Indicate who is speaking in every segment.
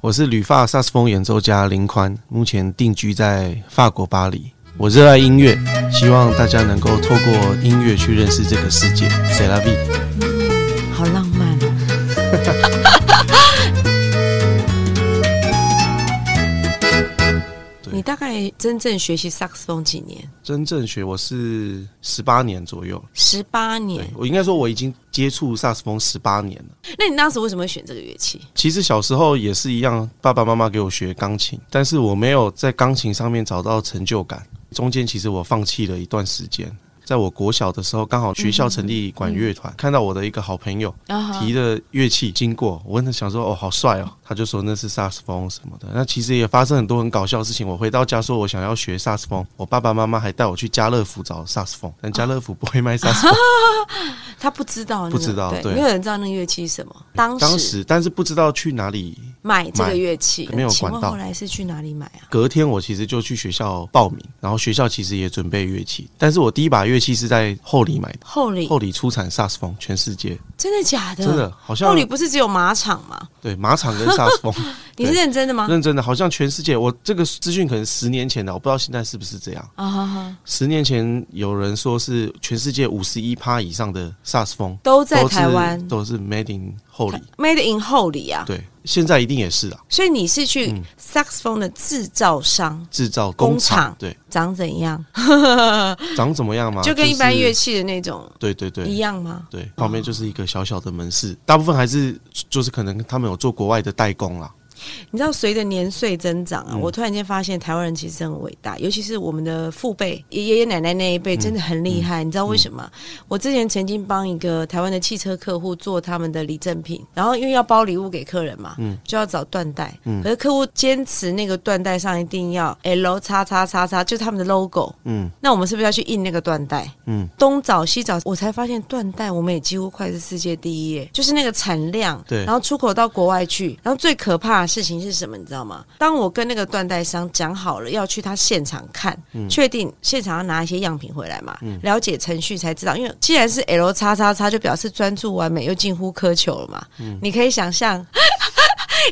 Speaker 1: 我是旅发萨克斯风演奏家林宽，目前定居在法国巴黎。我热爱音乐，希望大家能够透过音乐去认识这个世界。C'est la vie。
Speaker 2: 好浪漫哦！
Speaker 1: 对
Speaker 2: 你大概真正学习萨克斯风几年？
Speaker 1: 真正学我是十八年左右，
Speaker 2: 十八
Speaker 1: 对
Speaker 2: 年。
Speaker 1: 我应该说我已经接触萨克斯风十八年了。
Speaker 2: 那你当时为什么会选这个乐器？
Speaker 1: 其实小时候也是一样，爸爸妈妈给我学钢琴，但是我没有在钢琴上面找到成就感。中间其实我放弃了一段时间。在我国小的时候，刚好学校成立管乐团，看到我的一个好朋友
Speaker 2: 啊哈
Speaker 1: 提的乐器经过，我问他想说哦好帅哦，他就说那是萨克斯风什么的。那其实也发生很多很搞笑的事情。我回到家说我想要学萨克斯风，我爸爸妈妈还带我去家乐福找萨克斯风，
Speaker 2: 啊
Speaker 1: 但家乐福不会卖萨克斯风。
Speaker 2: 他不知道那个，
Speaker 1: 不知道
Speaker 2: 对，
Speaker 1: 对
Speaker 2: 没有人知道那个乐器是什么。当
Speaker 1: 当
Speaker 2: 时
Speaker 1: 时但是不知道去哪里。
Speaker 2: 买这个
Speaker 1: 买
Speaker 2: 乐器，
Speaker 1: 没有
Speaker 2: 请
Speaker 1: 管
Speaker 2: 问
Speaker 1: 道
Speaker 2: 后来是去哪里买啊？
Speaker 1: 隔天我其实就去学校报名，然后学校其实也准备乐器，但是我第一把乐器是在后里买的。
Speaker 2: 后里，
Speaker 1: 后里出产萨克斯风，全世界
Speaker 2: 真的假的？
Speaker 1: 真的好像
Speaker 2: 啊后里不是只有马场吗？
Speaker 1: 对马场跟萨克斯风，
Speaker 2: 你是
Speaker 1: 对
Speaker 2: 认真的吗？
Speaker 1: 认真的，好像全世界，我这个资讯可能十年前的，我不知道现在是不是这样。
Speaker 2: 啊哈哈，
Speaker 1: 十年前有人说是全世界五十一趴以上的萨克斯风
Speaker 2: 都在
Speaker 1: 都是
Speaker 2: 台湾
Speaker 1: 都是 made in 后里，
Speaker 2: ，Made in 后里啊。
Speaker 1: 对，现在一定也是啊，
Speaker 2: 所以你是去萨克斯风的制造商。
Speaker 1: 制造
Speaker 2: 工
Speaker 1: 工
Speaker 2: 厂
Speaker 1: 厂，对，
Speaker 2: 长怎样？
Speaker 1: 啊长怎么样嘛？
Speaker 2: 就跟一般乐
Speaker 1: 器，
Speaker 2: 器的那种
Speaker 1: 对对对，
Speaker 2: 一样吗？
Speaker 1: 对，旁边就是一个小小的门市，大部分还是就是可能他们有做国外的代工啦。
Speaker 2: 你知道，随着年岁增长啊，我突然间发现台湾人其实很伟大，尤其是我们的父辈、爷爷奶奶那一辈，真的很厉害。你知道为什么？我之前曾经帮一个台湾的汽车客户做他们的礼赠品，然后因为要包礼物给客人嘛，就要找缎带，可是客户坚持那个缎带上一定要 L 叉叉叉叉，就是他们的 logo。
Speaker 1: 嗯
Speaker 2: 那我们是不是要去印那个缎带？
Speaker 1: 嗯，
Speaker 2: 东找西找，我才发现缎带我们也几乎快是世界第一耶，就是那个产量。
Speaker 1: 对
Speaker 2: 然后出口到国外去，然后最可怕的事情是什么？你知道吗？当我跟那个缎带商讲好了要去他现场看，
Speaker 1: 嗯
Speaker 2: 确定现场要拿一些样品回来嘛，了解程序才知道。因为既然是 L 叉叉叉，就表示专注完美又近乎苛求了嘛。
Speaker 1: 嗯
Speaker 2: 你可以想象。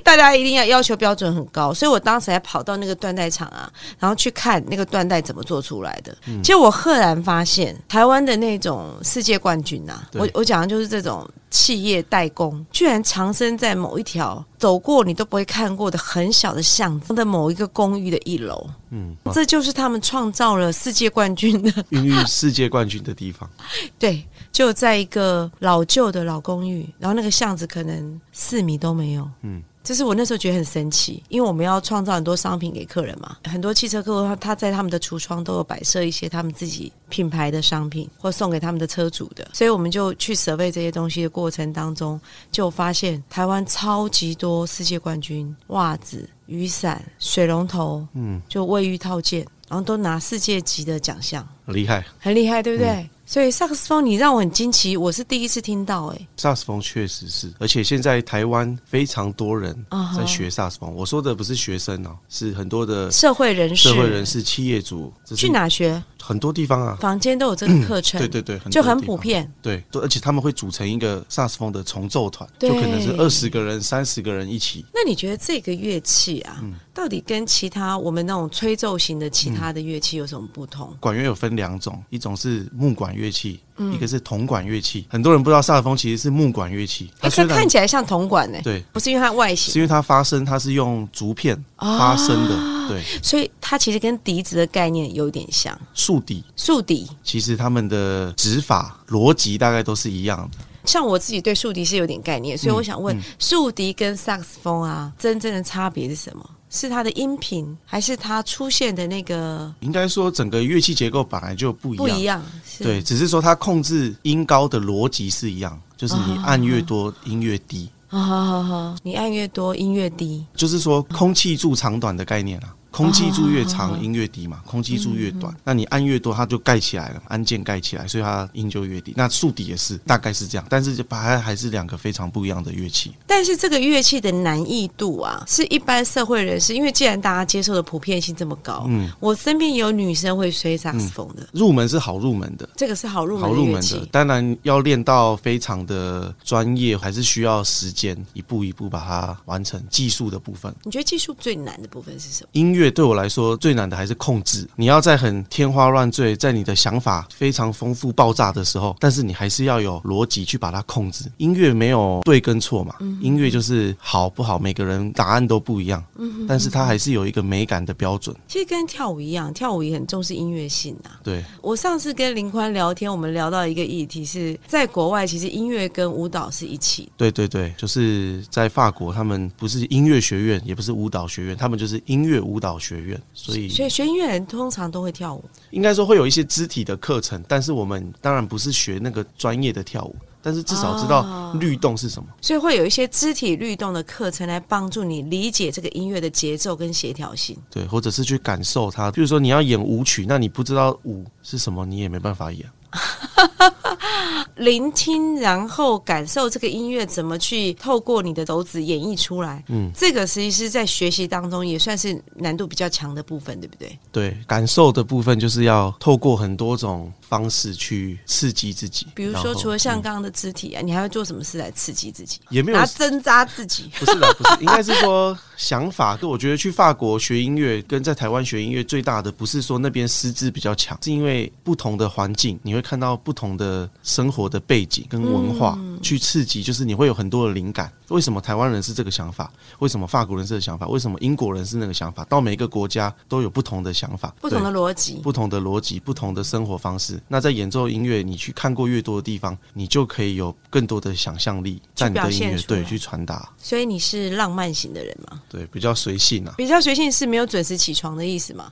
Speaker 2: 大家一定要要求标准很高，所以我当时还跑到那个缎带厂啊，然后去看那个缎带怎么做出来的。结果我赫然发现，台湾的那种世界冠军呐、啊，
Speaker 1: 对
Speaker 2: 我我讲的就是这种企业代工，居然藏身在某一条走过你都不会看过的很小的巷子的某一个公寓的一楼，
Speaker 1: 嗯，
Speaker 2: 这就是他们创造了世界冠军的。
Speaker 1: 孕育世界冠军的地方，
Speaker 2: 对，就在一个老旧的老公寓，然后那个巷子可能四米都没有。嗯
Speaker 1: 嗯。
Speaker 2: 这是我那时候觉得很神奇，因为我们要创造很多商品给客人嘛。很多汽车客户他他在他们的橱窗都有摆设一些他们自己品牌的商品，或送给他们的车主的。所以我们就去 survey 这些东西的过程当中，就发现台湾超级多世界冠军袜子、雨伞、水龙头，嗯，就卫浴套件，然后都拿世界级的奖项。
Speaker 1: 厉害。
Speaker 2: 很厉害，对不对？
Speaker 1: 嗯
Speaker 2: 所以萨克斯风你让我很惊奇，我是第一次听到、哎，
Speaker 1: 萨克斯风确实是，而且现在台湾非常多人
Speaker 2: 啊哈
Speaker 1: 在学萨克斯风。我说的不是学生哦，是很多的
Speaker 2: 社会人士，
Speaker 1: 社会人士、企业主，这是
Speaker 2: 去哪学？
Speaker 1: 很多地方啊。
Speaker 2: 房间都有这个课程，
Speaker 1: 嗯对对对，多
Speaker 2: 就很
Speaker 1: 地方
Speaker 2: 普。遍。
Speaker 1: 对，都而且他们会组成一个萨克斯风的重奏团，
Speaker 2: 对
Speaker 1: 就可能是二十个人、三十个人一起。
Speaker 2: 那你觉得这个乐器啊，
Speaker 1: 嗯
Speaker 2: 到底跟其他我们那种吹奏型的其他的乐器有什么不同？
Speaker 1: 管乐有分两种，一种是木管乐器，
Speaker 2: 嗯
Speaker 1: 一个是铜管乐器。很多人不知道萨克斯风其实是木管乐器，
Speaker 2: 哎、
Speaker 1: 虽
Speaker 2: 它
Speaker 1: 然
Speaker 2: 看起来像铜管呢、哎
Speaker 1: 对，
Speaker 2: 不是因为它外
Speaker 1: 是
Speaker 2: 形，
Speaker 1: 因为它发声，它是用竹片
Speaker 2: 啊
Speaker 1: 发声的，对，
Speaker 2: 所以它其实跟笛子的概念有点像，
Speaker 1: 竖笛。
Speaker 2: 竖笛。
Speaker 1: 其实他们的指法逻辑大概都是一样的。
Speaker 2: 像我自己对竖笛是有点概念，所以我想问，竖、笛跟萨克斯风啊，真正的差别是什么？是它的音频，还是它出现的那个
Speaker 1: 应该说整个乐器结构本来就不一
Speaker 2: 不
Speaker 1: 样，
Speaker 2: 一样？是
Speaker 1: 对，只是说它控制音高的逻辑是一样，就是你
Speaker 2: 啊
Speaker 1: 按越多，音越低。
Speaker 2: 好啊好好好，你按越多，音越低。
Speaker 1: 就是说空气柱长短的概念
Speaker 2: 哦
Speaker 1: 啊。空气柱越长，音越低嘛；空气柱越
Speaker 2: 嗯
Speaker 1: 短，那你按越多，它就盖起来了嘛，按键盖起来，所以它音就越低。那竖笛也是，大概是这样，但是就把它还是两个非常不一样的乐器。
Speaker 2: 但是这个乐器的难易度啊，是一般社会人士，因为既然大家接受的普遍性这么高，
Speaker 1: 嗯
Speaker 2: 我身边也有女生会吹萨克斯风的，
Speaker 1: 入门是好入门的，
Speaker 2: 这个是好入门
Speaker 1: 好
Speaker 2: 的
Speaker 1: 入
Speaker 2: 乐
Speaker 1: 门
Speaker 2: 器。
Speaker 1: 的，当然要练到非常的专业，还是需要时间，一步一步把它完成。技术的部分，
Speaker 2: 你觉得技术最难的部分是什么？
Speaker 1: 音乐对我来说最难的还是控制。你要在很天花乱坠，在你的想法非常丰富爆炸的时候，但是你还是要有逻辑去把它控
Speaker 2: 嗯
Speaker 1: 制。音乐没有对跟错嘛，音乐就是好不好，每个人答案都不一样，
Speaker 2: 嗯
Speaker 1: 但是它还是有一个美感的标准。
Speaker 2: 其实跟跳舞一样，跳舞也很重视音乐性啊。
Speaker 1: 对，
Speaker 2: 我上次跟林宽聊天，我们聊到一个议题是，在国外其实音乐跟舞蹈是一起的。
Speaker 1: 对对对，就是在法国，他们不是音乐学院，也不是舞蹈学院，他们就是音乐舞蹈学院，所以
Speaker 2: 所以学音乐人通常都会跳舞，
Speaker 1: 应该说会有一些肢体的课程，但是我们当然不是学那个专业的跳舞，但是至少知
Speaker 2: 哦
Speaker 1: 道律动是什么。
Speaker 2: 所以会有一些肢体律动的课程来帮助你理解这个音乐的节奏跟协调性。
Speaker 1: 对，或者是去感受它。比如说你要演舞曲，那你不知道舞是什么，你也没办法演。
Speaker 2: 聆听，然后感受这个音乐怎么去透过你的手指演绎出来。嗯，这个其实是在学习当中也算是难度比较强的部分，对不对？
Speaker 1: 对，感受的部分就是要透过很多种方式去刺激自己。
Speaker 2: 比如
Speaker 1: 然
Speaker 2: 说，
Speaker 1: 后
Speaker 2: 除了像
Speaker 1: 嗯
Speaker 2: 刚刚的肢体啊，你还会做什么事来刺激自己？
Speaker 1: 也没有
Speaker 2: 拿针扎自己。
Speaker 1: 不是的，不是，应该是说想法。对，我觉得去法国学音乐跟在台湾学音乐最大的不是说那边师资比较强，是因为不同的环境，你会看到不同的生活的背景跟文化、
Speaker 2: 嗯
Speaker 1: 去刺激，就是你会有很多的灵感。为什么台湾人是这个想法？为什么法国人是这个想法？为什么英国人是那个想法？到每一个国家都有不同的想法，
Speaker 2: 不同的
Speaker 1: 对
Speaker 2: 逻辑，
Speaker 1: 不同的逻辑、不同的生活方式。那在演奏音乐，你去看过越多的地方，你就可以有更多的想象力，在你
Speaker 2: 表
Speaker 1: 的音
Speaker 2: 现
Speaker 1: 乐
Speaker 2: 出
Speaker 1: 对
Speaker 2: 来
Speaker 1: 去传达。
Speaker 2: 所以你是浪漫型的人吗？，
Speaker 1: 对，比较随性啊
Speaker 2: 比较随性是没有准时起床的意思吗？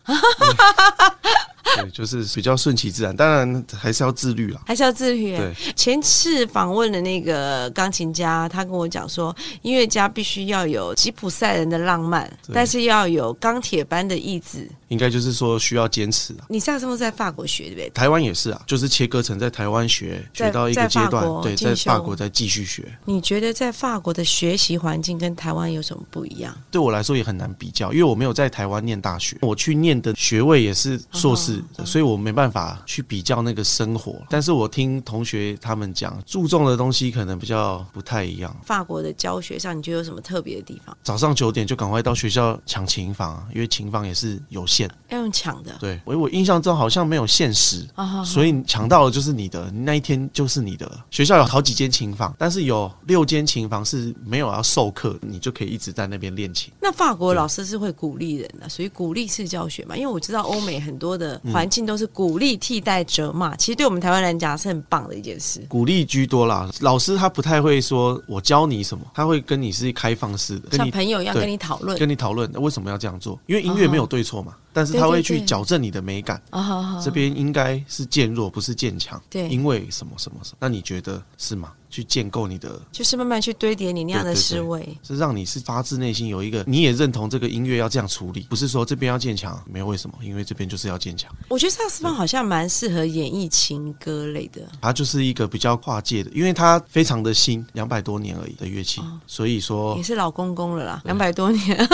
Speaker 1: 对，就是比较顺其自然，当然还是要自律啦。
Speaker 2: 还是要自律、欸？
Speaker 1: 对，
Speaker 2: 前次访问的那个钢琴家，他跟我讲说，音乐家必须要有吉普赛人的浪漫，
Speaker 1: 对
Speaker 2: 但是要有钢铁般的意志。
Speaker 1: 应该就是说需要坚持啊。
Speaker 2: 你上次是在法国学对不对？
Speaker 1: 台湾也是啊，就是切割成在台湾学，
Speaker 2: 在
Speaker 1: 学到一个阶
Speaker 2: 在法
Speaker 1: 段
Speaker 2: 国，
Speaker 1: 对，
Speaker 2: 进
Speaker 1: 在
Speaker 2: 修
Speaker 1: 法国再继续学。
Speaker 2: 你觉得在法国的学习环境跟台湾有什么不一样？
Speaker 1: 对我来说也很难比较，因为我没有在台湾念大学，我去念的学位也是硕士
Speaker 2: 嗯
Speaker 1: 的，所以我没办法去比较那个生活。但是我听同学他们讲，注重的东西可能比较不太一样。
Speaker 2: 法国的教学上，你觉得有什么特别的地方？
Speaker 1: 早上九点就赶快到学校抢琴房啊，因为琴房也是有限。
Speaker 2: 要用抢的
Speaker 1: 对，我我印象中好像没有限时，
Speaker 2: 啊！
Speaker 1: 所以你抢到了就是你的，那一天就是你的了。学校有好几间琴房，但是有六间琴房是没有要授课，你就可以一直在那边练琴。
Speaker 2: 那法国老师是会鼓励人的，属于鼓励式教学嘛？因为我知道欧美很多的环境都是鼓励替代责骂，其实对我们台湾人讲是很棒的一件事。
Speaker 1: 鼓励居多啦，老师他不太会说我教你什么，他会跟你是开放式的，跟
Speaker 2: 像
Speaker 1: 你
Speaker 2: 朋友一样
Speaker 1: 对
Speaker 2: 跟你讨论
Speaker 1: 跟你讨论为什么要这样做，因为音乐没有对错嘛，但是他会
Speaker 2: 对对
Speaker 1: 去
Speaker 2: 对
Speaker 1: 矫正你的美感。
Speaker 2: 啊好，好
Speaker 1: 这边应该是渐弱，不是渐强。
Speaker 2: 对
Speaker 1: 因为什么什么什么？那你觉得是吗？去建构你的
Speaker 2: 就是慢慢去堆叠你那样的
Speaker 1: 对对对
Speaker 2: 思维。
Speaker 1: 是让你是发自内心有一个，你也认同这个音乐要这样处理，不是说这边要渐强，没有为什么，因为这边就是要渐强，
Speaker 2: 我觉得萨克斯风好像蛮适合演绎情歌类的。
Speaker 1: 它就是一个比较跨界的，因为它非常的新，两百多年而已的乐器，所以说
Speaker 2: 也是老公公了啦，两百多年，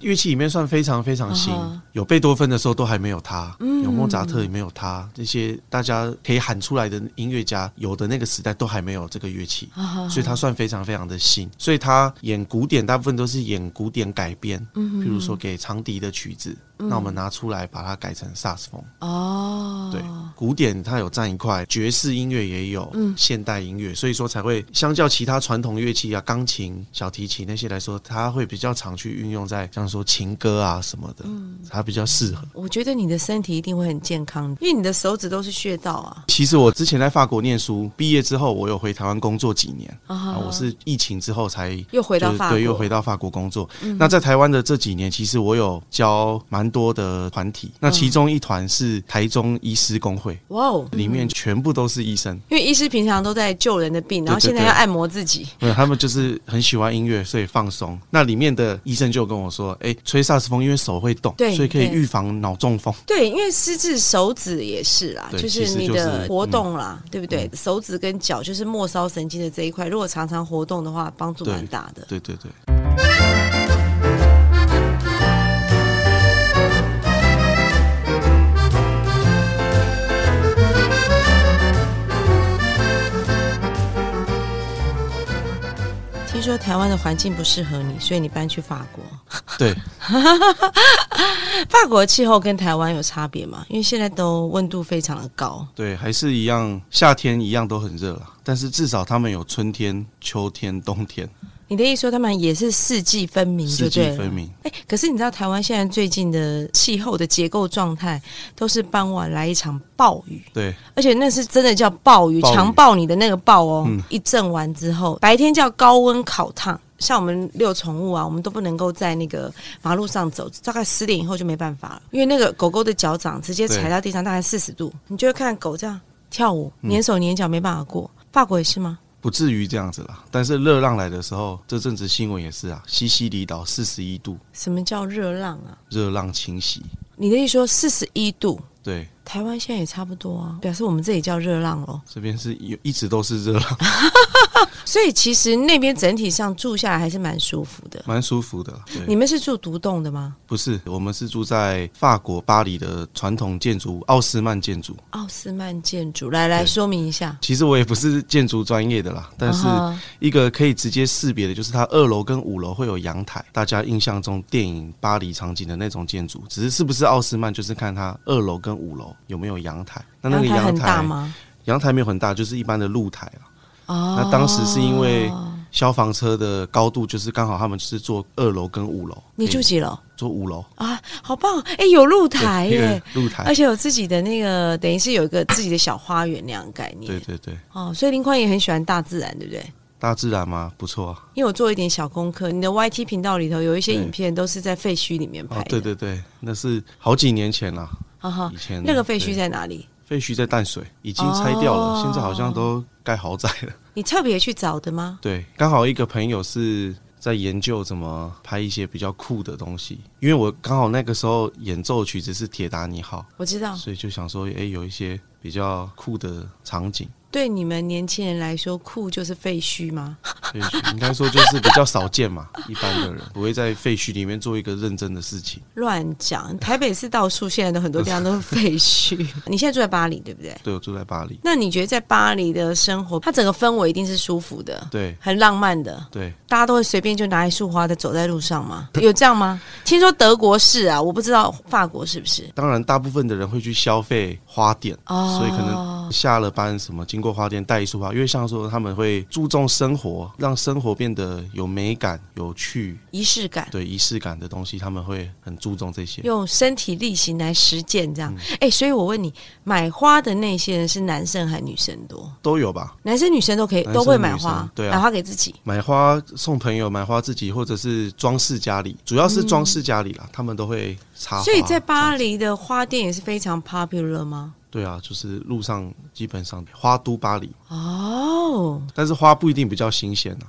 Speaker 1: 乐器里面算非常非常新
Speaker 2: 啊哈，
Speaker 1: 有贝多芬的时候都还没有它，有莫扎特也没有它，这些大家可以喊出来的音乐家，有的那个时代都还没有这个乐器，所以它算非常非常的新，所以它演古典大部分都是演古典改编，譬如说给长笛的曲子，那我们拿出来把它改成萨克斯风。
Speaker 2: 哦，嗯
Speaker 1: 对，古典它有占一块，爵士音乐也有，现代音乐，所以说才会相较其他传统乐器啊，钢琴、小提琴那些来说，它会比较常去运用在像说情歌啊什么的，
Speaker 2: 嗯
Speaker 1: 它比较适合。
Speaker 2: 我觉得你的身体一定会很健康，因为你的手指都是穴道啊。
Speaker 1: 其实我之前在法国念书，毕业之后我有回台湾工作几年
Speaker 2: 哦
Speaker 1: 啊，我是疫情之后才
Speaker 2: 又回到
Speaker 1: 就是
Speaker 2: 法国，嗯
Speaker 1: 对，又回到法国工作。那在台湾的这几年，其实我有教蛮多的团体，那其中一团是台中医师工会，
Speaker 2: 哇哦！
Speaker 1: 里面全部都是医生，
Speaker 2: 因为医师平常都在救人的病，然后
Speaker 1: 对对
Speaker 2: 现在
Speaker 1: 对
Speaker 2: 要按摩自己，
Speaker 1: 没有他们就是很喜欢音乐，所以放松。那里面的医生就跟我说，哎、吹萨克斯风因为手会动，
Speaker 2: 对
Speaker 1: 所以可以
Speaker 2: 对
Speaker 1: 预防脑中风。
Speaker 2: 对，因为失智手指也是啦，
Speaker 1: 对
Speaker 2: 就是
Speaker 1: 其实
Speaker 2: 你
Speaker 1: 就是
Speaker 2: 的
Speaker 1: 嗯
Speaker 2: 活动啦，对不对？手指跟脚就是末梢神经的这一块，如果常常活动的话，帮助
Speaker 1: 对
Speaker 2: 蛮大的。
Speaker 1: 对对对。
Speaker 2: 听说台湾的环境不适合你，所以你搬去法国。
Speaker 1: 对，
Speaker 2: 法国的气候跟台湾有差别吗？因为现在都温度非常的高。
Speaker 1: 对，还是一样，夏天一样都很热啦，但是至少他们有春天、秋天、冬天，
Speaker 2: 你的意思说他们也是四季分明，
Speaker 1: 四
Speaker 2: 就
Speaker 1: 季
Speaker 2: 对了
Speaker 1: 分。明。
Speaker 2: 哎、可是你知道台湾现在最近的气候的结构状态，都是傍晚来一场暴雨，
Speaker 1: 对
Speaker 2: 而且那是真的叫暴雨，
Speaker 1: 暴雨
Speaker 2: 强暴你的那个暴哦。
Speaker 1: 嗯
Speaker 2: 一阵完之后，白天叫高温烤烫。像我们遛宠物啊，我们都不能够在那个马路上走，大概十点以后就没办法了，因为那个狗狗的脚掌直接
Speaker 1: 对
Speaker 2: 踩到地上，大概四十度，你就会看狗这样跳舞，
Speaker 1: 嗯
Speaker 2: 粘手粘脚没办法过。法国也是吗？
Speaker 1: 不至于这样子啦，但是热浪来的时候，这阵子新闻也是啊，西西里岛四十一度
Speaker 2: 什么叫热浪啊？
Speaker 1: 热浪侵袭，
Speaker 2: 你的意思说四十一度，
Speaker 1: 对，
Speaker 2: 台湾现在也差不多啊，表示我们这里叫热浪咯。
Speaker 1: 这边是有一直都是热浪，
Speaker 2: 所以其实那边整体上住下来还是蛮舒服的。
Speaker 1: 蛮舒服的啦。
Speaker 2: 你
Speaker 1: 对，
Speaker 2: 们是住独栋的吗？
Speaker 1: 不是，我们是住在法国巴黎的传统建筑奥斯曼建筑，
Speaker 2: 奥斯曼建筑，来来
Speaker 1: 对
Speaker 2: 说明一下。
Speaker 1: 其实我也不是建筑专业的啦，但是
Speaker 2: 啊哈
Speaker 1: 一个可以直接识别的就是它二楼跟五楼会有阳台，大家印象中电影巴黎场景的那种建筑，只是是不是奥斯曼，就是看它二楼跟五楼有没有阳台。那那个
Speaker 2: 嗯阳台
Speaker 1: 阳
Speaker 2: 很大
Speaker 1: 台，
Speaker 2: 吗？
Speaker 1: 阳台没有很大，就是一般的露台啊。
Speaker 2: 哦
Speaker 1: 那当时是因为消防车的高度就是刚好他们是坐二楼跟五楼，
Speaker 2: 你住
Speaker 1: 可以
Speaker 2: 几楼
Speaker 1: 坐五楼，
Speaker 2: 啊？好棒！哎，有露
Speaker 1: 对
Speaker 2: 台
Speaker 1: 一个
Speaker 2: 耶，哎
Speaker 1: 露台
Speaker 2: 而，且有自己的那个，等于是有一个自己的小花园那样的概念。
Speaker 1: 对对对，
Speaker 2: 哦，所以林宽也很喜欢大自然，对不对？
Speaker 1: 大自然嘛，不错啊。
Speaker 2: 因为我做一点小功课，你的 YT 频道里头有一些
Speaker 1: 对
Speaker 2: 影片都是在废墟里面拍
Speaker 1: 哦
Speaker 2: 的。，
Speaker 1: 对对对，那是好几年前啦，
Speaker 2: 啊哈
Speaker 1: 以，前
Speaker 2: 那个废
Speaker 1: 对
Speaker 2: 墟在哪里？
Speaker 1: 废墟在淡水，已经拆掉了，
Speaker 2: 哦
Speaker 1: 现在好像都盖豪宅了。
Speaker 2: 你特别去找的吗？
Speaker 1: 对，刚好一个朋友是在研究怎么拍一些比较酷的东西，因为我刚好那个时候演奏的曲子是《铁达尼号
Speaker 2: 我知》，道，
Speaker 1: 所以就想说，诶，有一些比较酷的场景，
Speaker 2: 对你们年轻人来说，酷就是废墟吗？
Speaker 1: 所以应该说就是比较少见嘛，一般的人不会在废墟里面做一个认真的事情。
Speaker 2: 乱讲，台北市到处现在都很多地方都是废墟。 你现在住在巴黎，对不对？
Speaker 1: 对我住在巴黎，
Speaker 2: 那你觉得在巴黎的生活，它整个氛围一定是舒服的，
Speaker 1: 对
Speaker 2: 很浪漫的，
Speaker 1: 对，
Speaker 2: 大家都会随便就拿一束花在走在路上吗？有这样吗？听说德国是啊，我不知道法国是不是。
Speaker 1: 当然大部分的人会去消费花店，
Speaker 2: 哦
Speaker 1: 所以可能下了班什么经过花店带一束花，因为像说他们会注重生活，让生活变得有美感、有趣，
Speaker 2: 仪式感，
Speaker 1: 对仪式感的东西，他们会很注重这些。
Speaker 2: 用身体力行来实践，这样。
Speaker 1: 嗯
Speaker 2: 哎、所以我问你，买花的那些人是男生还是女生多？
Speaker 1: 都有吧？
Speaker 2: 男生女生都可以，
Speaker 1: 男生
Speaker 2: 都会买
Speaker 1: 女
Speaker 2: 花
Speaker 1: 生，对啊
Speaker 2: 买花给自己。
Speaker 1: 买花送朋友，买花自己，或者是装饰家里，主要是装饰家里啦，他们都会插花。
Speaker 2: 所以在巴黎的花店也是非常 popular 吗？
Speaker 1: 对啊，就是路上基本上花都巴黎，
Speaker 2: 哦，
Speaker 1: 但是花不一定比较新鲜啊，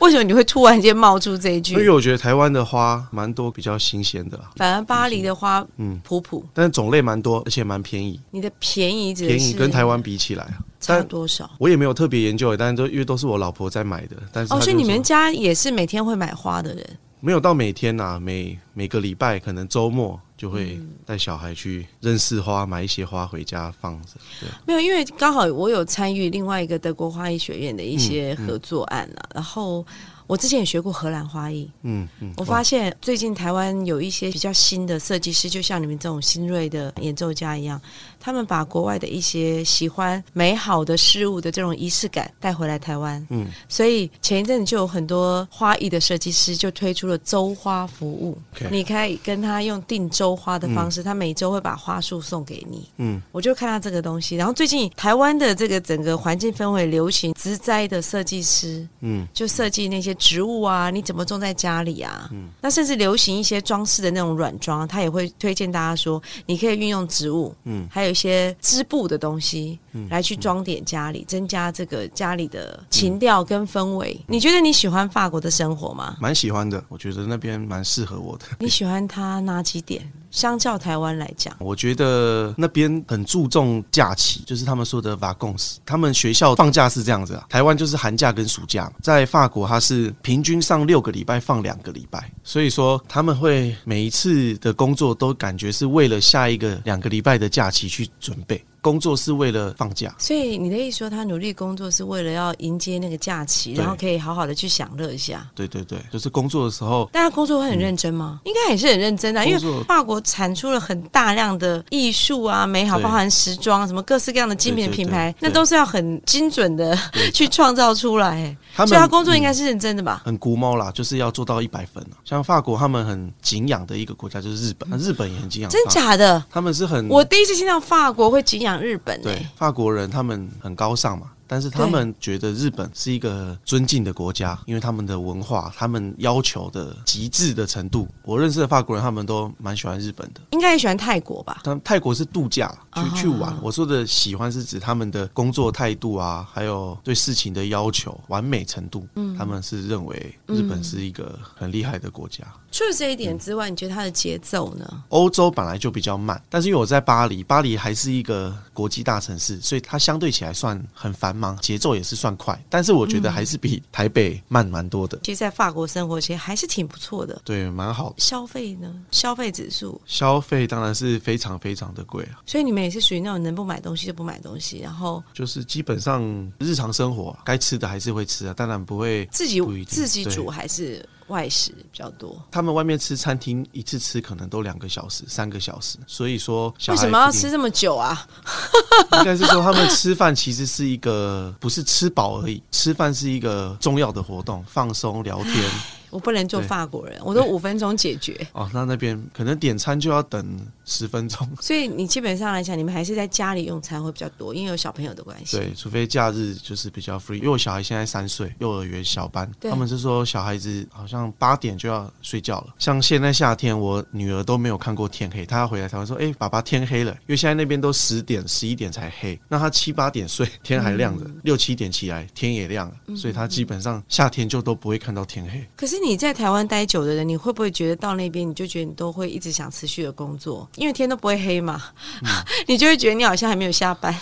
Speaker 2: 为什么你会突然间冒出这一
Speaker 1: 因为
Speaker 2: 句？
Speaker 1: 我觉得台湾的花蛮多比较新鲜的啦，
Speaker 2: 反而巴黎的花，
Speaker 1: 嗯
Speaker 2: 普普，
Speaker 1: 但是种类蛮多，而且蛮便宜。
Speaker 2: 你的便宜指的
Speaker 1: 便宜
Speaker 2: 是
Speaker 1: 跟台湾比起来啊，
Speaker 2: 差
Speaker 1: 但
Speaker 2: 多少？
Speaker 1: 我也没有特别研究，但是都因为都是我老婆在买的，但是
Speaker 2: 哦，
Speaker 1: 她
Speaker 2: 所以
Speaker 1: 就
Speaker 2: 你们
Speaker 1: 说
Speaker 2: 家也是每天会买花的人。
Speaker 1: 没有到每天呐、每每个礼拜可能周末就会带小孩去认识花，买一些花回家放着。对，
Speaker 2: 没有，因为
Speaker 1: 嗯
Speaker 2: 刚好我有参与另外一个德国花艺学院的一些合作案啊，然后。我之前也学过荷兰花艺，
Speaker 1: 嗯嗯，
Speaker 2: 我发现最近台湾有一些比较新的设计师，就像你们这种新锐的演奏家一样，他们把国外的一些喜欢美好的事物的这种仪式感带回来台湾。
Speaker 1: 嗯，
Speaker 2: 所以前一阵子就有很多花艺的设计师就推出了周花服务
Speaker 1: OK
Speaker 2: 你可以跟他用订周花的方式，他每周会把花束送给你。
Speaker 1: 嗯，
Speaker 2: 我就看到这个东西，然后最近台湾的这个整个环境氛围流行植栽的设计师，
Speaker 1: 嗯，
Speaker 2: 就设计那些植物啊，你怎么种在家里啊？嗯，那甚至流行一些装饰的那种软装，他也会推荐大家说，你可以运用植物，
Speaker 1: 嗯，
Speaker 2: 还有一些织布的东西，来去装点家里，增加这个家里的情调跟氛围。
Speaker 1: 嗯
Speaker 2: 你觉得你喜欢法国的生活吗？
Speaker 1: 蛮喜欢的，我觉得那边蛮适合我的。
Speaker 2: 你喜欢它哪几点？相较台湾来讲，
Speaker 1: 我觉得那边很注重假期，就是他们说的 vacances。他们学校放假是这样子啊，台湾就是寒假跟暑假嘛，在法国它是平均上六个礼拜放两个礼拜，所以说他们会每一次的工作都感觉是为了下一个两个礼拜的假期去准备，工作是为了放假。
Speaker 2: 所以你的意思说，他努力工作是为了要迎接那个假期，
Speaker 1: 对
Speaker 2: 然后可以好好的去享乐一下。
Speaker 1: 对对对，就是工作的时候，
Speaker 2: 但他工作会很认真吗？应该也是很认真的、啊因
Speaker 1: 嗯工
Speaker 2: 为
Speaker 1: 作
Speaker 2: 法国产出了很大量的艺术啊、美好，
Speaker 1: 对
Speaker 2: 包含时装啊什么各式各样的精品
Speaker 1: 对对
Speaker 2: 品牌，
Speaker 1: 对
Speaker 2: 那都是要很精准的 去创造出来、
Speaker 1: 他们
Speaker 2: 所以他工作应该
Speaker 1: 嗯
Speaker 2: 是认真的吧？
Speaker 1: 很估猫啦，就是要做到一百分啊。像法国他们很敬仰的一个国家就是日本，那日本也很敬仰，
Speaker 2: 真？假的？
Speaker 1: 他们是很
Speaker 2: 我第一次听到法国会敬仰日本、
Speaker 1: 嗯对
Speaker 2: 哎，
Speaker 1: 法国人他们很高尚嘛，但是他们觉得日本是一个尊敬的国家，因为他们的文化，他们要求的极致的程度。我认识的法国人，他们都蛮喜欢日本的。
Speaker 2: 应该也喜欢泰国吧？
Speaker 1: 但泰国是度假去
Speaker 2: 啊
Speaker 1: 去玩，我说的喜欢是指他们的工作态度啊，还有对事情的要求完美程度。他们是认为日本是一个很厉害的国家。
Speaker 2: 除了这一点之外，你觉得他的节奏呢？
Speaker 1: 欧洲本来就比较慢，但是因为我在巴黎，巴黎还是一个国际大城市，所以它相对起来算很繁忙，节奏也是算快，但是我觉得还是比台北慢蛮多的，
Speaker 2: 其实，在法国生活其实还是挺不错的。
Speaker 1: 对，蛮好。
Speaker 2: 消费呢？消费指数，
Speaker 1: 消费当然是非常非常的贵啊，
Speaker 2: 所以你们也是属于那种能不买东西就不买东西，然后
Speaker 1: 就是基本上日常生活该吃的还是会吃啊，当然不会。
Speaker 2: 自己
Speaker 1: 不一定
Speaker 2: 自己煮
Speaker 1: 对
Speaker 2: 还是外食比较多。
Speaker 1: 他们外面吃餐厅一次吃可能都两个小时、三个小时，所以说小
Speaker 2: 为
Speaker 1: 孩
Speaker 2: 什么要
Speaker 1: 一定
Speaker 2: 吃这么久啊？
Speaker 1: 应该是说，他们吃饭其实是一个不是吃饱而已，吃饭是一个重要的活动，放松聊天。
Speaker 2: 我不能做
Speaker 1: 对
Speaker 2: 法国人，我都五分钟解决。
Speaker 1: 哦，那那边可能点餐就要等十分钟，
Speaker 2: 所以你基本上来讲，你们还是在家里用餐会比较多，因为有小朋友的关系。
Speaker 1: 对，除非假日就是比较 free。因为我小孩现在三岁，幼儿园小班，
Speaker 2: 对
Speaker 1: 他们是说小孩子好像八点就要睡觉了。像现在夏天，我女儿都没有看过天黑，她要回来才会说：“哎、爸爸天黑了。”因为现在那边都十点、十一点才黑，那她七八点睡，天还亮着，
Speaker 2: 嗯
Speaker 1: 六七点起来天也亮了，所以她基本上夏天就都不会看到天黑。
Speaker 2: 可是你在台湾待久的人，你会不会觉得到那边你就觉得你都会一直想持续的工作，因为天都不会黑嘛，
Speaker 1: 嗯
Speaker 2: 你就会觉得你好像还没有下班。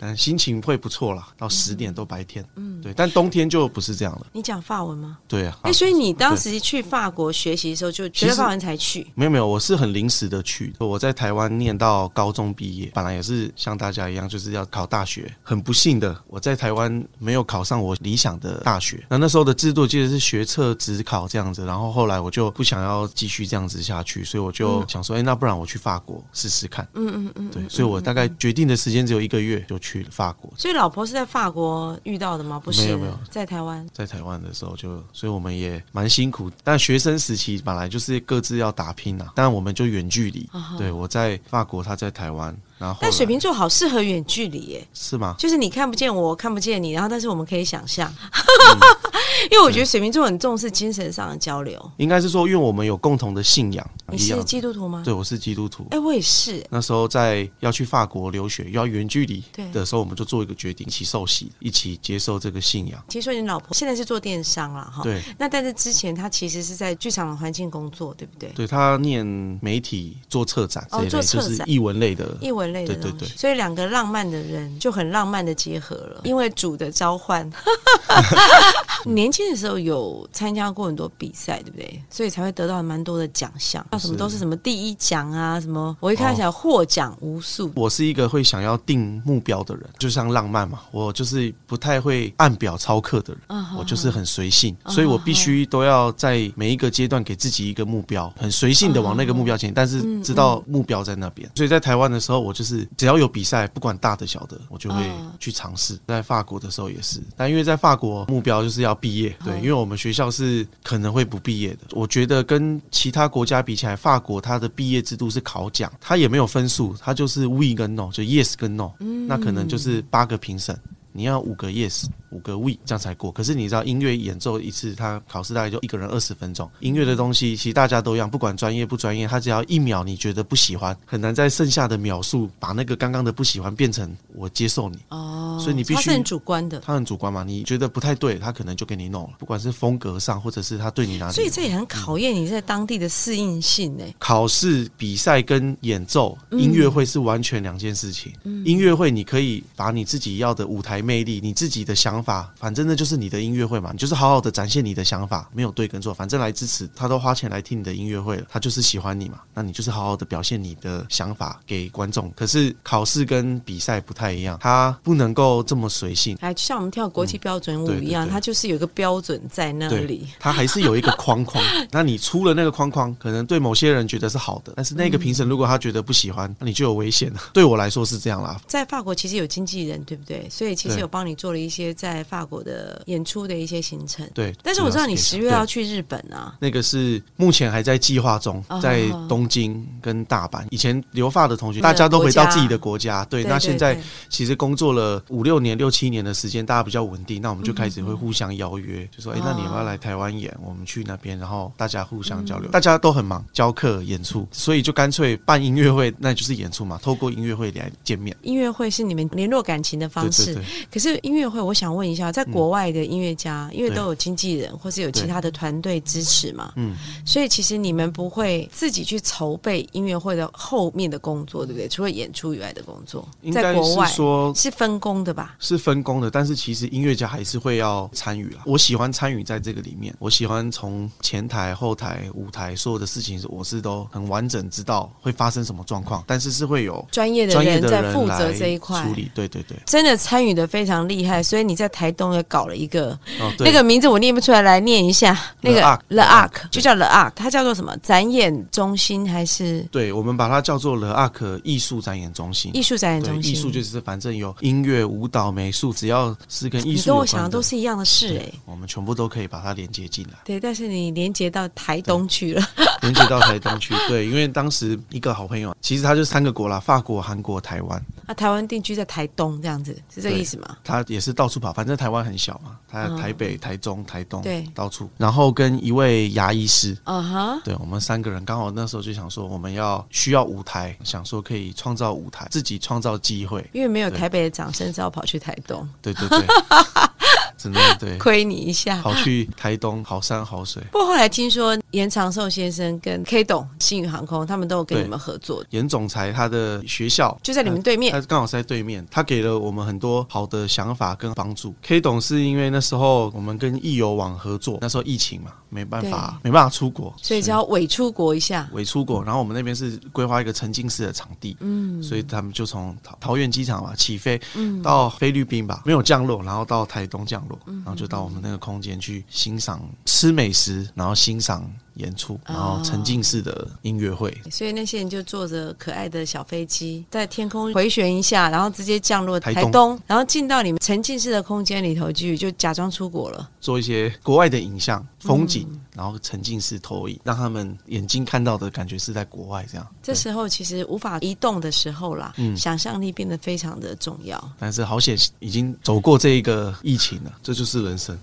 Speaker 1: 但心情会不错啦，到十点都白天。嗯，对，但冬天就不是这样了。
Speaker 2: 你讲法文吗？
Speaker 1: 对啊，
Speaker 2: 哎、所以你当时去法国学习的时候，就学了法文才去。
Speaker 1: 没有没有，我是很临时的去。我在台湾念到高中毕业，本来也是像大家一样，就是要考大学。很不幸的，我在台湾没有考上我理想的大学。那那时候的制度其实是学测、只考这样子。然后后来我就不想要继续这样子下去，所以我就想说，哎、那不然我去法国试试看。嗯嗯嗯，对，所以我大概决定的时间只有一个月，就去了法国。
Speaker 2: 所以老婆是在法国遇到的吗？不是，
Speaker 1: 没有没有
Speaker 2: 在台湾。
Speaker 1: 在台湾的时候就，所以我们也蛮辛苦。但学生时期本来就是各自要打拼啊，但我们就远距离。对我在法国，他在台湾，然后后来
Speaker 2: 啊但水瓶座好适合远距离耶，
Speaker 1: 是吗？
Speaker 2: 就是你看不见我，我看不见你，然后但是我们可以想象，
Speaker 1: 嗯
Speaker 2: 因为我觉得水瓶座很重视精神上的交流。
Speaker 1: 应该是说，因为我们有共同的信仰
Speaker 2: 你
Speaker 1: 啊一样
Speaker 2: 是。基督徒吗？
Speaker 1: 对，我是基督徒。
Speaker 2: 哎、我也是。
Speaker 1: 那时候在要去法国留学，又要远距离
Speaker 2: 对
Speaker 1: 的时候，我们就做一个决定，一起受洗，一起接受这个信仰。
Speaker 2: 听说你老婆现在是做电商了哈，
Speaker 1: 对，
Speaker 2: 那但是之前她其实是在剧场的环境工作，对不对？
Speaker 1: 对他念媒体做策展这一类，
Speaker 2: 哦做
Speaker 1: 就
Speaker 2: 策
Speaker 1: 是
Speaker 2: 展
Speaker 1: 译文类的。
Speaker 2: 译文类的东西，
Speaker 1: 对对对嗯
Speaker 2: 所以两个浪漫的人就很浪漫的结合了，因为主的召唤。 年轻的时候有参加过很多比赛，对不对？所以才会得到蛮多的奖项。到什么都是什么第一奖啊，什么我一
Speaker 1: 哦
Speaker 2: 看起来获奖无数。
Speaker 1: 我是一个会想要定目标的人，就像浪漫嘛，我就是不太会按表操课的人，我哦
Speaker 2: 嗯
Speaker 1: 就是很随性，所以我必须都要在每一个阶段给自己一个目标，很随性的往那个目标前进，但是知道目标在那边。所以在台湾的时候，我就是只要有比赛，不管大的小的，我就会去尝试。在法国的时候也是，但因为在法国目标就是要毕业，对，因为我们学校是可能会不毕业的。我觉得跟其他国家比起来，法国它的毕业制度是考奖，它也没有分数，它就是 we 跟 no，就 yes 跟 no，、那可能就是八个评审。你要五个 yes，五个 we，这样才过。可是你知道，音乐演奏一次，他考试大概就一个人二十分钟。音乐的东西其实大家都一样，不管专业不专业，他只要一秒你觉得不喜欢，很难在剩下的秒数把那个刚刚的不喜欢变成我接受你。
Speaker 2: 哦，
Speaker 1: 所以你必须
Speaker 2: 它是很主观的，
Speaker 1: 他很主观嘛，你觉得不太对，他可能就给你弄了，不管是风格上，或者是他对你哪里。
Speaker 2: 所以这也很考验你在当地的适应性呢。
Speaker 1: 考试、比赛跟演奏、音乐会是完全两件事情。音乐会你可以把你自己要的舞台魅力、你自己的想法，反正那就是你的音乐会嘛，你就是好好的展现你的想法，没有对跟错，反正来支持他都花钱来听你的音乐会了，他就是喜欢你嘛，那你就是好好的表现你的想法给观众。可是考试跟比赛不太一样，他不能够这么随性。
Speaker 2: 哎，就像我们跳国际标准舞
Speaker 1: 对对
Speaker 2: 一样，
Speaker 1: 对
Speaker 2: 它就是有一个标准在那
Speaker 1: 对
Speaker 2: 里。，
Speaker 1: 它还是有一个 框框。那你出了那个框框，可能对某些人觉得是好的，但是那个评审如果他觉得不喜欢，那你就有危险了。
Speaker 2: 嗯
Speaker 1: 对我来说是这样啦。
Speaker 2: 在法国其实有经纪人，对不对？所以其实
Speaker 1: 对
Speaker 2: 有帮你做了一些在法国的演出的一些行程。
Speaker 1: 对，
Speaker 2: 但是我知道你
Speaker 1: 主
Speaker 2: 十
Speaker 1: 是
Speaker 2: 月
Speaker 1: 这
Speaker 2: 要
Speaker 1: 啊样。对
Speaker 2: 去日本啊，
Speaker 1: 那个是目前还在计划中
Speaker 2: 哦，
Speaker 1: 在东京跟大阪。以前留法的同学，大家都回到自己的国家。对，
Speaker 2: 嗯对
Speaker 1: 那
Speaker 2: 对
Speaker 1: 现在
Speaker 2: 对
Speaker 1: 其实工作了五六年、六七年的时间，大家比较稳定，那我们就开始
Speaker 2: 嗯
Speaker 1: 会互相邀约，就说：“哎、那你要
Speaker 2: 哦
Speaker 1: 不要来台湾演？我们去那边，然后大家互相
Speaker 2: 嗯
Speaker 1: 交流。大家都很忙，教课、演出，所以就干脆办音乐会，那就是演出嘛，透过音乐会来见面。
Speaker 2: 音乐会是你们联络感情的
Speaker 1: 对
Speaker 2: 方
Speaker 1: 对
Speaker 2: 式
Speaker 1: 对。，嗯
Speaker 2: 可是音乐会，我想问一下，在国外的音乐家，因为都有经纪人或是有其
Speaker 1: 对
Speaker 2: 他的团队支持嘛，
Speaker 1: 嗯，
Speaker 2: 所以其实你们不会自己去筹备音乐会的后面的工作，对不对？除了演出以外的工作
Speaker 1: 应，
Speaker 2: 在
Speaker 1: 该
Speaker 2: 国
Speaker 1: 是
Speaker 2: 外
Speaker 1: 说
Speaker 2: 是分工的吧？
Speaker 1: 是分工的，但是其实音乐家还是会要参与啦。我喜欢参与在这个里面，我喜欢从前台、后台、舞台所有的事情，我是都很完整知道会发生什么状况，但是是会有
Speaker 2: 专业的
Speaker 1: 专业
Speaker 2: 人
Speaker 1: 的
Speaker 2: 在负
Speaker 1: 人
Speaker 2: 责
Speaker 1: 来
Speaker 2: 这一块
Speaker 1: 处。理。对对对，
Speaker 2: 真的参与的非常厉害，所以你在台东也搞了一个
Speaker 1: 哦对，
Speaker 2: 那个名字我念不出来，来念一下那个
Speaker 1: Arc
Speaker 2: The
Speaker 1: The
Speaker 2: Ark，
Speaker 1: Arc，
Speaker 2: 就叫 The Ark，它叫做什么？展演中心还是
Speaker 1: 对我们把它叫做 The Arc 艺术展演中心。
Speaker 2: 艺术展演
Speaker 1: 对，
Speaker 2: 中心？
Speaker 1: 艺术就是反正有音乐、舞蹈、美术，只要是跟艺
Speaker 2: 你跟
Speaker 1: 术有
Speaker 2: 我
Speaker 1: 关
Speaker 2: 想的都是一样的事哎、
Speaker 1: 对我们全部都可以把它连接进来。
Speaker 2: 对，但是你连接到台东去 了，
Speaker 1: 连接到台东去。对，因为当时一个好朋友，其实他就三个国啦，法国、韩国、台湾，
Speaker 2: 那、啊台湾定居在台东这样子，是这个
Speaker 1: 对
Speaker 2: 意思吗？
Speaker 1: 他也是到处跑，反正台湾很小嘛，他
Speaker 2: 嗯
Speaker 1: 台北、台中、台东，
Speaker 2: 对
Speaker 1: 到处。然后跟一位牙医师。
Speaker 2: 啊哈，
Speaker 1: 对我们三个人刚好那时候就想说，我们要需要舞台，想说可以创造舞台，自己创造机会。
Speaker 2: 因为没有
Speaker 1: 对
Speaker 2: 台北的掌声，只好跑去台东，
Speaker 1: 对 对对，真的对，
Speaker 2: 亏你一下。
Speaker 1: 跑去台东好山好水。
Speaker 2: 不过后来听说严长寿先生跟 K 董星宇航空他们都有跟
Speaker 1: 对呃
Speaker 2: 你们合作，
Speaker 1: 严总裁他的学校
Speaker 2: 就在你们对面。
Speaker 1: 他刚好是在对面，他给了我们很多好的想法跟帮助。K 董是因为那时候我们跟易游网合作，那时候疫情嘛，没办法，没办法出国，
Speaker 2: 所以只要伪出国一下，
Speaker 1: 伪出国。然后我们那边是规划一个沉浸式的场地，嗯，所以他们就从桃桃园机场嘛起飞，嗯，到菲律宾吧，没有降落，然后到台东降落，然后就到我们那个空间去欣赏吃美食，然后欣赏演出，然后沉浸式的音乐会，
Speaker 2: 所以那些人就坐着可爱的小飞机在天空回旋一下，然后直接降落
Speaker 1: 台
Speaker 2: 台
Speaker 1: 东
Speaker 2: 东，然后进到你们沉浸式的空间里头去，就假装出国了。
Speaker 1: 做一些国外的影像、风景，然后沉浸式投影，让他们眼睛看到的感觉是在国外这样。
Speaker 2: 这
Speaker 1: 对
Speaker 2: 时候其实无法移动的时候啦，
Speaker 1: 嗯
Speaker 2: 想象力变得非常的重要。
Speaker 1: 但是好险，已经走过这一个疫情了，这就是人生。